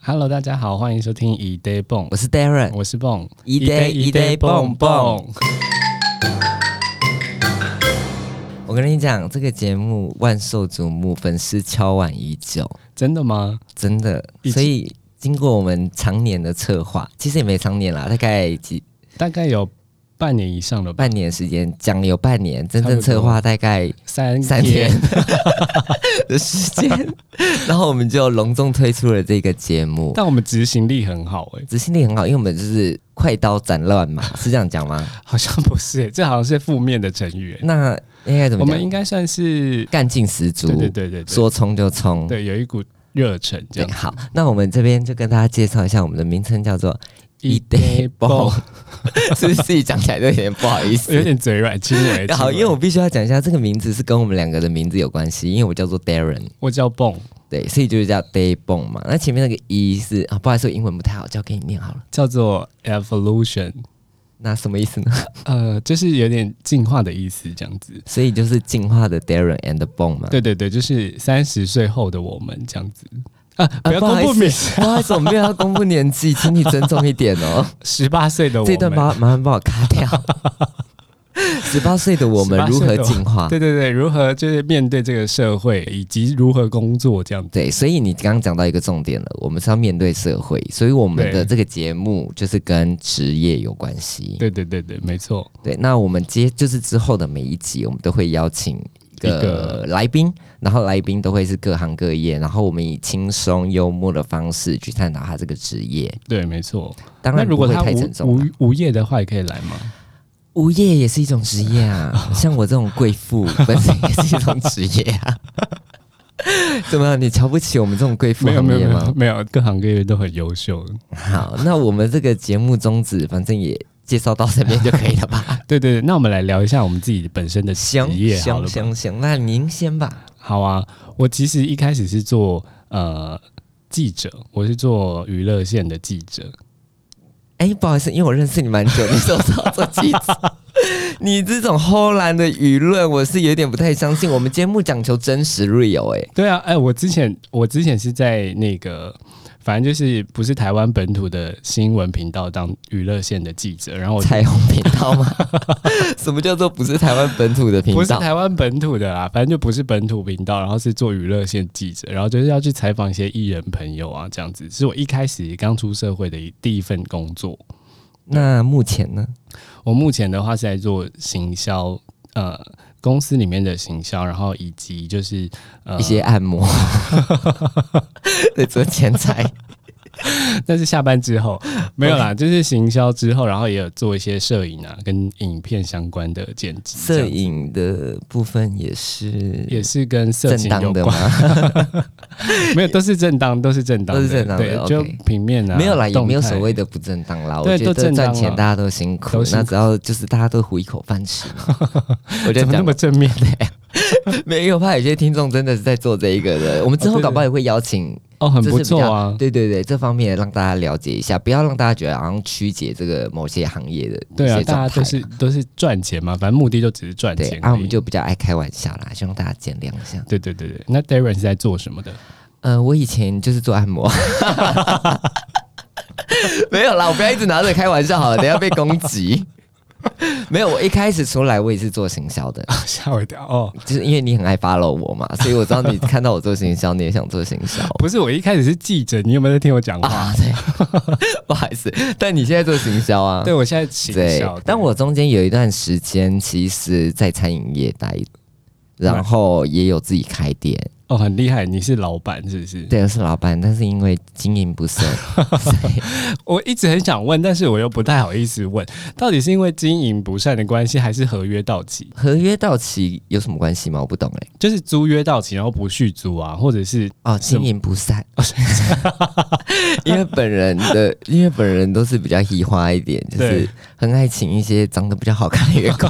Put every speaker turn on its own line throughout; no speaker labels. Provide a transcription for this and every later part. Hello，大家好，欢迎收听以 day 蹦
我，是 Darren，
我是蹦，
一 day 一 day 蹦蹦。我跟你讲，这个节目万受瞩目，粉丝敲碗已久，
真的吗？
真的
已经。
所以经过我们常年的策划，其实也没常年啦，大概几
大概有半年以上了吧，
半年时间，讲有半年，真
差不
正
多
策划大概
三
三天 的时间，然后我们就隆重推出了这个节目。
但我们执行力很好哎、
执行力很好，因为我们就是快刀斩乱麻，是这样讲吗？
好像不是、欸，这好像是负面的成语、欸。
那应该怎
我
么
们
讲？
应该算是
干劲十足，
对对对对对，
说冲就冲。
对有一股热忱这
对，
样。
好，那我们这边就跟大家介绍一下，我们的名称叫做
一
day
蹦，
是不是自己讲起来都有点不好意 思？
有点嘴软，轻微。轻
好，
微
因为我必须要讲一下，这个名字是跟我们两个的名字有关系，因为我叫做 Darren，
我叫蹦，
对，所以就是叫 Day Bong 嘛。那前面那个一、是啊，不好意思，我英文不太好，交给你念好了。
叫做 evolution，
那什么意思呢？
呃，就是有点进化的意思，这样子。
所以就是进化的 Darren and Bong 嘛。
对对对，就是三十岁后的我们这样子啊，
啊
不要
不好
公
意
布
思
名，
不好意思，我没有要公布年纪，请你尊重一点哦。
十八岁 的我们。
这段麻麻烦帮我卡 掉。十八岁的我们
18
如
岁
何
的我
进化？
对对对，如何就是面对这个社会，以及如何工作这样子。
对，所以你刚刚讲到一个重点了，我们是要面对社会，所以我们
对
的这个节目就是跟职业有关系。
对对对对，没错，
对那我们接就是之后的每一集，我们都会邀请一
一
个
个
来宾，然后来宾都会是各行各业，然后我们以轻松幽默的方式去探讨他这个职业。
对没错。
当
那
然
如
不
果
会
他
太沉
无
重啊啦。
无无业的话，也可以来吗？
无业也是一种职业 啊，像我这种贵妇本身也是一种职业啊。 怎么样？你瞧不起我们这种贵妇
没有
行
没有
业
没
吗
有？没有，各行各业都很优秀。
好，那我们这个节目宗旨，反正也介绍到这边就可以了 吧？
对对对，那我们来聊一下我们自己本身的职
行
业好
行
了吧？
行行，那您先吧。
好啊，我其实一开始是做呃记者，我是做娱乐线的记者。
哎，不好意思，因为我认识你蛮久，你说说这几 次，你这种齁蓝的舆论，我是有点不太相信。我们节目讲求真实 real，哎、
对啊，哎、我之前我之前是在那个，反正就是不是台湾本土的新闻频道当娱乐线的记者，然后我
彩虹频道 吗？什么叫做不是台湾本土的频
不是
道？
台湾本土的啦，反正就不是本土频道，然后是做娱乐线记者，然后就是要去采访一些艺人朋友啊，这样子是我一开始刚出社会的一第一份工作。
那目前呢？
我目前的话是在做行销，呃，公司里面的行销，然后以及就是呃
一些按摩， 在做钱财。
但是下班之 后没有啦，就是行销之后，然后也有做一些摄影啊，跟影片相关的剪辑，这
摄
样
影的部分也是
也是跟色
正
情有
当的
关，
吗？
没有都是正当，都是正当的，
都是正当的
对，
OK
就平面啊，
没有啦，也没有
动态
所谓的不正当啦。
对
我觉
都正
得
当啊
赚钱大家都辛苦
都，辛苦
那只要就是大家都糊一口饭吃 嘛。我觉
怎
得
么那
讲
么正面 呢？
没有，怕有些听众真的是在做这一个的。我们之
哦对
后
对
搞不好也会邀请，
哦，很不错啊，
对对对，这方面让大家了解一下，不要让大家觉得好像曲解这个某些行业的
对
一
啊，
些
大
状
家都
态。
是都是赚钱嘛，反正目的就只是赚
对
钱而已。
啊，我们就比较爱开玩笑啦，希望大家见谅一下。
对对对对。那 Darren 是在做什 么的？
呃，我以前就是做按摩， 没有啦，我不要一直拿着开玩笑好了，等一下被攻击。 没有，我一开始出来我也是做行销的，
吓我一跳哦！
就是因为你很爱 follow 我嘛，所以我知道你看到我做行销，你也想做行销
不是，我一开始是记者，你有没有在听我讲话？
啊。对， 不好意思，但你现在做行销啊，
对，我现在行
对
销，
但我中间有一段时间其实在餐饮业待，然后也有自己开店，
哦很厉害，你是老板是不是？
对，我是老板，但是因为经营不善，所以
我一直很想问，但是我又不太好意思问，到底是因为经营不善的关系，还是合约到期？
合约到期有什么关系吗？我不懂哎、
就是租约到期，然后不续租啊，或者是
哦，
什么
经营不善， 因为本人的，因为本人都是比较喜花一点，就是
对
很爱请一些长得比较好看的员 工，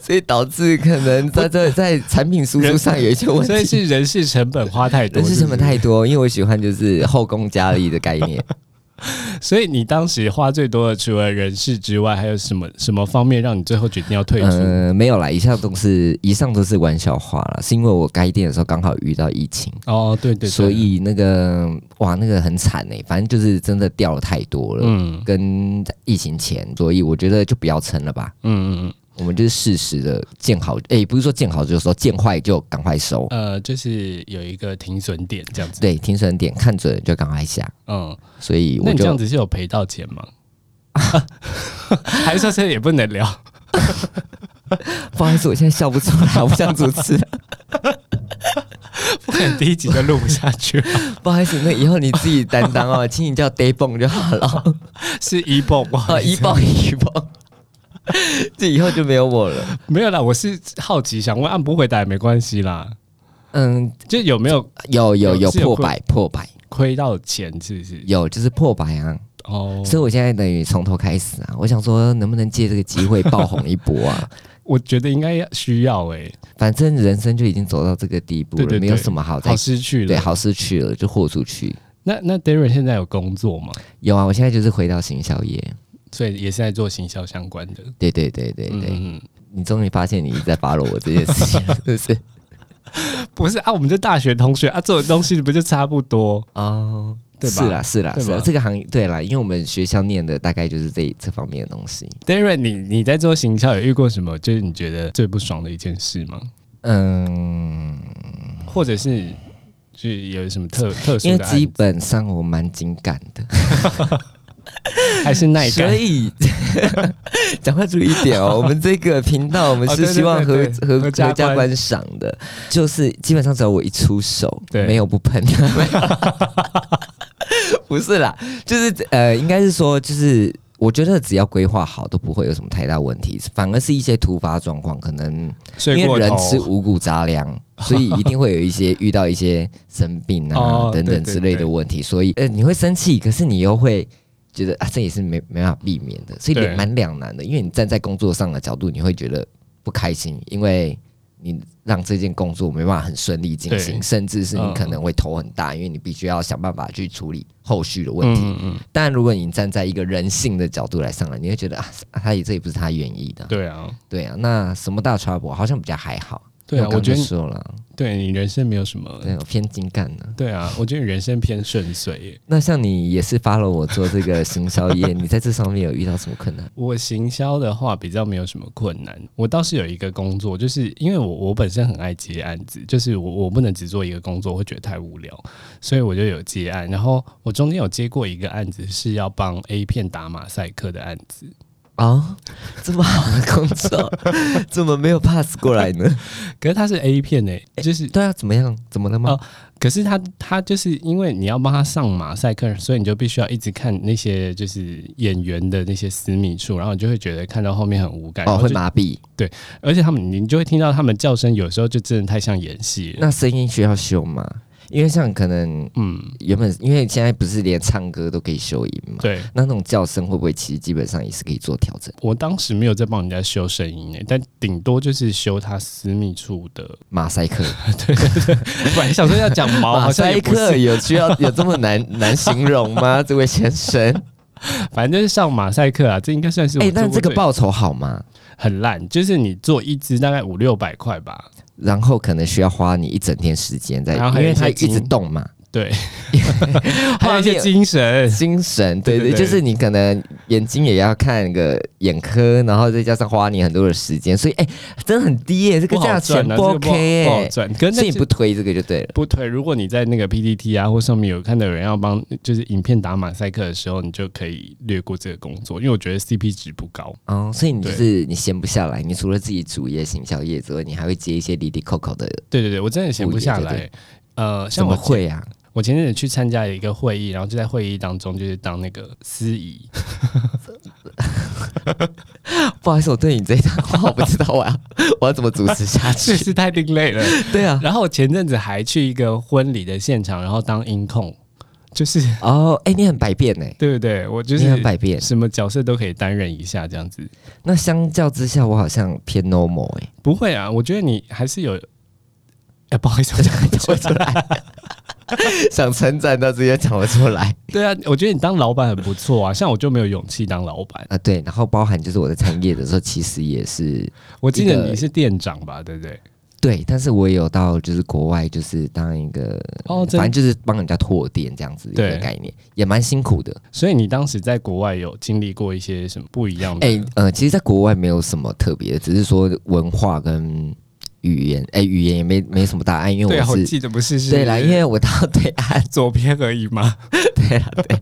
所以导致可能在这在产品输出上有一些问
所以
题。
是人事成本花太多，
但是成本
是
太多，因为我喜欢就是后宫佳丽的概念，
所以你当时花最多的，除了人事之外，还有什么什么方面让你最后决定要 退出？
呃，没有啦，以上都是以上都是玩笑话啦，是因为我开店的时候刚好遇到疫情，
哦，对对对，
所以那个哇，那个很惨哎、反正就是真的掉了太多了，
嗯
跟疫情前，所以我觉得就不要撑了吧，
嗯嗯
我们就是适时的见好，哎、不是说见好就收，见坏就赶快收，
嗯，呃，就是有一个停损点这样子。
对，停损点看准了就赶快下，
嗯，
所以
那
我
你这样
就
子是有赔到钱吗？ 还是说这也不能聊？
不好意思，我现在笑不出 来，我不想主持，
不然第一集就录不下去 了，
不好意思，那以后你自己担 当哦，请你叫 Day Bong 就好了。
是一蹦
啊，
吗？
一棒一棒， 这以后就没有我了。
没有啦，我是好奇想问，按啊不回答也没关系啦。
嗯，
就有没有
有有
有
有
是有
破百破百，
亏到钱，是不是？
有就是破百啊，
哦，
所以我现在等于从头开始啊。我想说，能不能借这个机会爆红一波 啊？
我觉得应该要需要哎、
反正人生就已经走到这个地步了，
对对对
没有什么好再
好失去
对
了。
好失去了，就豁出去。
那那 Darren 现在有工作吗？
有啊，我现在就是回到行销业。
所以也是在做行销相关的。
对对对对对，
嗯，
你终于发现你一直在 follow 我这件事情了，是 不是？
不是啊，我们就大学同学啊，做的东西不就差不多？
哦，
对吧
是啦是啦
对吧
是啦，这个行业对啦，因为我们学校念的大概就是这这方面的东西。
Darren，你你在做行销有遇过什么就是你觉得最不爽的一件事吗？
嗯，
或者是是有什么特特
因
殊
为
的案
基
子，
本上我蛮紧感的，
还是耐
所
干？
以 讲话注意一点哦。我们这个频道，我们
哦
是
对
希望和
对对对
和
合
合
家
家
观
观赏的，就是基本上只要我一出手，
对
没有不喷 的。不是啦，就是呃，应该是说，就是我觉得只要规划好，都不会有什么太大问题。反而是一些突发状况，可能
睡
因
过
为人
头，
吃五谷杂 粮，所以一定会有一些遇到一些生病
哦
啊等等
对对
之类的问题，所以呃你会生气，可是你又会觉得啊这也是没没办法避免的，所以
对
也蛮两难的。因为你站在工作上的角度，你会觉得不开心，因为你让这件工作没办法很顺利进
对
行，甚至是你
嗯
可能会头很大，因为你必须要想办法去处理后续的问
嗯
题。
嗯嗯，
但如果你站在一个人性的角度来上来，你会觉得啊他也这也不是他愿意的，
对啊，
对啊，那什么大 trouble 好像比较还好。
对啊，
我
我
刚
觉
就
得你
说了，
对你人生没有什么。
对我偏精干的。
对啊，我觉得你人生偏顺遂耶。
那像你也是 follow 我做这个行销业，你在这上面有遇到什么困难？
我行销的话比较没有什么困难，我倒是有一个工作，就是因为我我本身很爱接案子，就是我我不能只做一个工作，会觉得太无聊，所以我就有接案。然后我中间有接过一个案子，是要帮 A 片打马赛克的案子，
哦，这么好的工作， 怎么没有 pass 过来呢？
可是它是 A 片诶、就是
对啊，怎么样？怎么了吗？
哦可是他他就是因为你要帮他上马赛克，所以你就必须要一直看那些就是演员的那些私密处，然后你就会觉得看到后面很无感，
哦，
然后
会
就
麻痹。
而且他们你就会听到他们叫声，有时候就真的太像演戏了。
那声音需要修吗？因为像可能
嗯，
原本，因为现在不是连唱歌都可以修音嘛，
对
那那种叫声会不会其实基本上也是可以做调整？
我当时没有在帮人家修声音诶、但顶多就是修他私密处的。
马赛克，
本来想说要讲 毛，哦好
马
像
赛
也不
克
是，
有需要有这么难难形容吗？ 这位先生，
反正就是上马赛克啊，这应该算是我
哎、
做过
那这个
最
报酬好吗？
很烂，就是你做一支大概五六百块吧，
然后可能需要花你一整天时间在，
然后
因
还有
为
一些
它一直
精
动嘛，
对，还
画
有一些
面
精神，
精神，对
对
对
对
就是你可能眼睛也要看个眼科，然后再加上花你很多的时间，所以哎、真的很低耶、这
不
个
好
价钱
赚啊，这个
OK
不好
耶、
赚。可
所
是
以
那
你不
不
推这个就对了。
不推，如果你在那个 PPT 啊或上面有看到有人要帮，就是影片打马赛克的时候，你就可以略过这个工作，因为我觉得 CP 值不高。
哦，所以你就
对
是你闲不下来，你除了自己主业行销业之外，你还会接一些滴滴扣扣的，
对对对，我真的闲不下
对对
来。呃，
怎
像
么
我前，
会啊？
我前阵子去参加一个会议，然后就在会议当中就是当那个司 仪，
不好意思，我对你这一段话我不知道我要我要怎么主持下
确
去。
实太另类了。
对啊，
然后我前阵子还去一个婚礼的现场，然后当音控，就是
哦，哎、你很百变呢、
对不对？我就
你很
是
百变。
什么角色都可以担任一下这样子。
那相较之下，我好像偏 normal 哎、
不会啊，我觉得你还是有。哎、不好意思，我讲不出来。
想称赞到直接讲不出来
对啊，我觉得你当老板很不错啊，像我就没有勇气当老板。
啊。对，然后包含就是我在餐业的时候，其实也是
我记
一
得
个
你是店长吧，对不对？
对，但是我也有到就是国外，就是当一个
哦真
反正就是帮人家拓店这样子一个
对
概念，也蛮辛苦的。
所以你当时在国外有经历过一些什么不一样的？
哎、呃，其实，在国外没有什么特别的，只是说文化跟语言，哎、语言也没没什么大碍，因
对
为
啊，
我
我
是
记得不是是
对啦，因为我到对岸，
左边而已嘛。
对啦，对，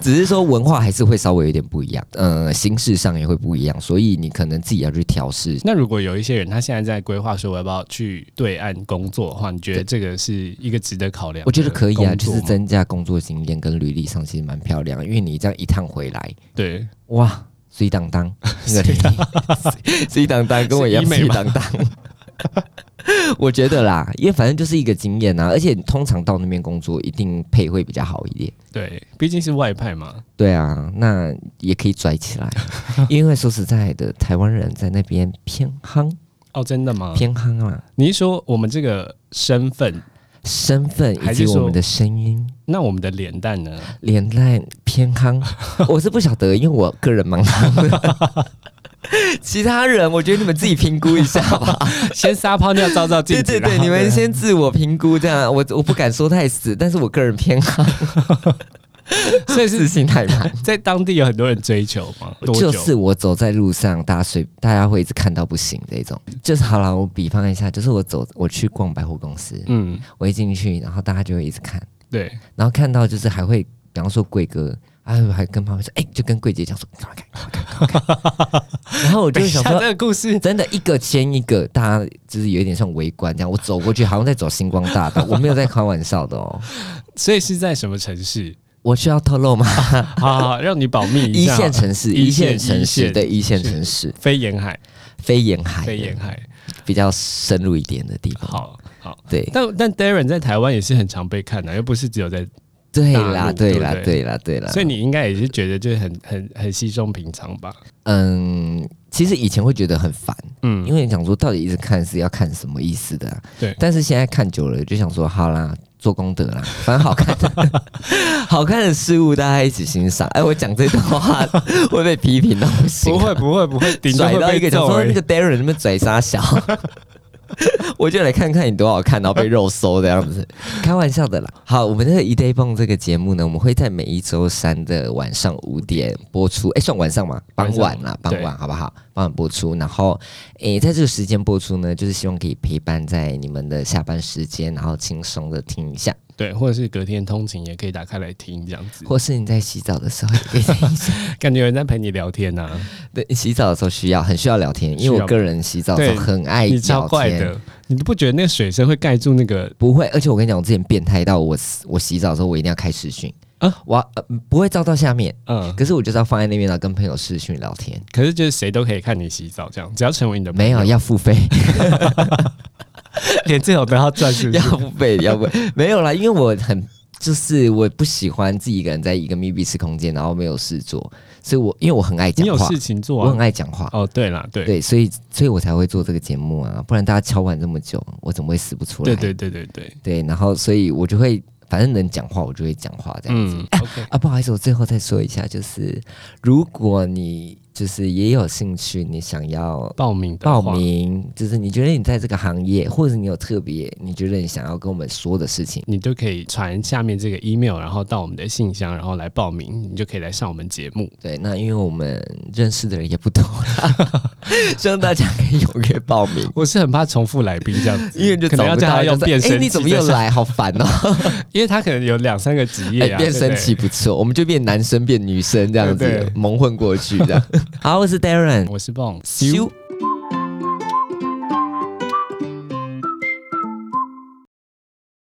只是说文化还是会稍微有点不一样，呃，形式上也会不一样，所以你可能自己要去调试。
那如果有一些人他现在在规划说我要不要去对岸工作的话，你觉得这个是一个值得考量的工
我觉
作
得
吗？
可以啊，就是增加工作经验跟履历上其实蛮漂亮，因为你这样一趟回来，
对，
哇，碎 当当，那个碎 当当跟我一样
是医美
碎
吗
当当。 我觉得啦，因为反正就是一个经验啊，而且通常到那边工作一定配会比较好一点。
对，毕竟是外派嘛。
对啊，那也可以拽起 来，因为说实在的，台湾人在那边偏夯，
哦，真的吗？
偏夯啊，
你是说我们这个身份，
身份以
还
及
是说
我们的声音
那我们的脸蛋 呢？
脸蛋偏 夯，我是不晓得，因为我个人蛮夯的。其他人，我觉得你们自己评估一下吧。
先撒泡尿照照镜
对
子，
对
然
对，
后
你们先自我评估，这样我我不敢说太死，但是我个人偏好
所以
自
是
信太 满。
在当地有很多人追求吗？多久？
就是我走在路上，大家随大家会一直看到不行这种。就是好了，我比方一下，就是我走我去逛百货公司，
嗯，
我一进去，然后大家就会一直看，
对，
然后看到就是还会，比方说贵哥。哎，我还跟旁边说，哎、就跟柜姐讲说，赶快看，赶快看，赶快看。然后我就
等一
想
下
说
这，个故事
真的一个牵一个，大家就是有一点像围观这样。我走过去，好像在走星光大道，我没有在开玩笑 的哦。
所以是在什么城市？
我需要透露吗？
好好，让你保密
一
下。
线城市，
一
一
线
线城
一
市
线
对一线城市，
飞沿海，
非沿海，
飞沿海。
比较深入一点的地方。
好好，
对
嗯但但 Darren 在台湾也是很常被看的、又不是只有在，
对
大
啦，
陆对
对
不
啦，
对
对啦，对啦。
所以你应该也是觉得就是很很很稀松平常吧？
嗯，其实以前会觉得很烦，
嗯，
因为你想说到底一直看是要看什么意思的啊、
对
但是现在看久了，就想说好啦。做功德啦， 反正好看的 好看的事物，大家一起欣赏。哎，我讲这段话 会被批评到不行啊、
不 会不会不会，顶多
拽
会
到一
被
个讲
揍
说
而
那
已
个。Darren 那边拽沙小， 我就来看看你多好看，然后被肉搜的样子，开玩笑的啦。好，我们这个一 day 蹦这个节目呢，我们会在每一周三的晚上五点播出，哎、算晚上嘛，
晚
傍
上
晚啦，傍
对
晚好不好？傍晚播出，然后哎、在这个时间播出呢，就是希望可以陪伴在你们的下班时间，然后轻松的听一下，
对，或者是隔天通勤也可以打开来听这样子，
或是你在洗澡的时候也可以 听一下。
感觉有人在陪你聊天啊呐、
对，洗澡的时候需要，很需要聊天，因为
需
我
要
个人洗澡的时候
对
很爱
你
哎聊
超怪
天。
的，你不觉得那个水声会盖住那个？
不会，而且我跟你讲，我之前变态到我我洗澡的时候，我一定要开视讯
啊
啊，我要、呃、不会照到下面，
嗯，
可是我就是要放在那边，然后跟朋友视讯聊天，
可是就是谁都可以看你洗澡，这样只要成为你的朋
没
友
有要 付费，
连这种都要赚，是不
要
是？
付费，要不没有啦，因为我很就是我不喜欢自己一个人在一个密闭式空间，然后没有事做，所以我因为我很爱
你
讲
有
话
事，情做
我很
啊？
爱讲话。
哦，对啦，对，
对，所以，所以我才会做这个节目啊，不然大家敲碗这么久，我怎么会死不出来？
对对对对对，
对，然后，所以我就会，反正能讲话，我就会讲话这样子。
嗯，OK，
啊，不好意思，我最后再说一下，就是如果你就是也有兴趣，你想要
报名的
报
话
名，就是你觉得你在这个行业，或者你有特别你觉得你想要跟我们说的事情，
你就可以传下面这个 email，然后到我们的信箱，然后来报名，你就可以来上我们节目。
对，那因为我们认识的人也 不多啦，希望大家可以踊跃报 名。
我是很怕重复来宾这样子，
因为就
可
找
能要
不
叫
到
他
人，
用
就是
变
哎
声器，
你怎么又？来？好烦哦！
因为他可能有两三个职业
哎
啊，
变声
对不对
器不错，我们就变男生变女生这样
对对
子，蒙混过去的。好，我是 Darren，
我是蹦
咻。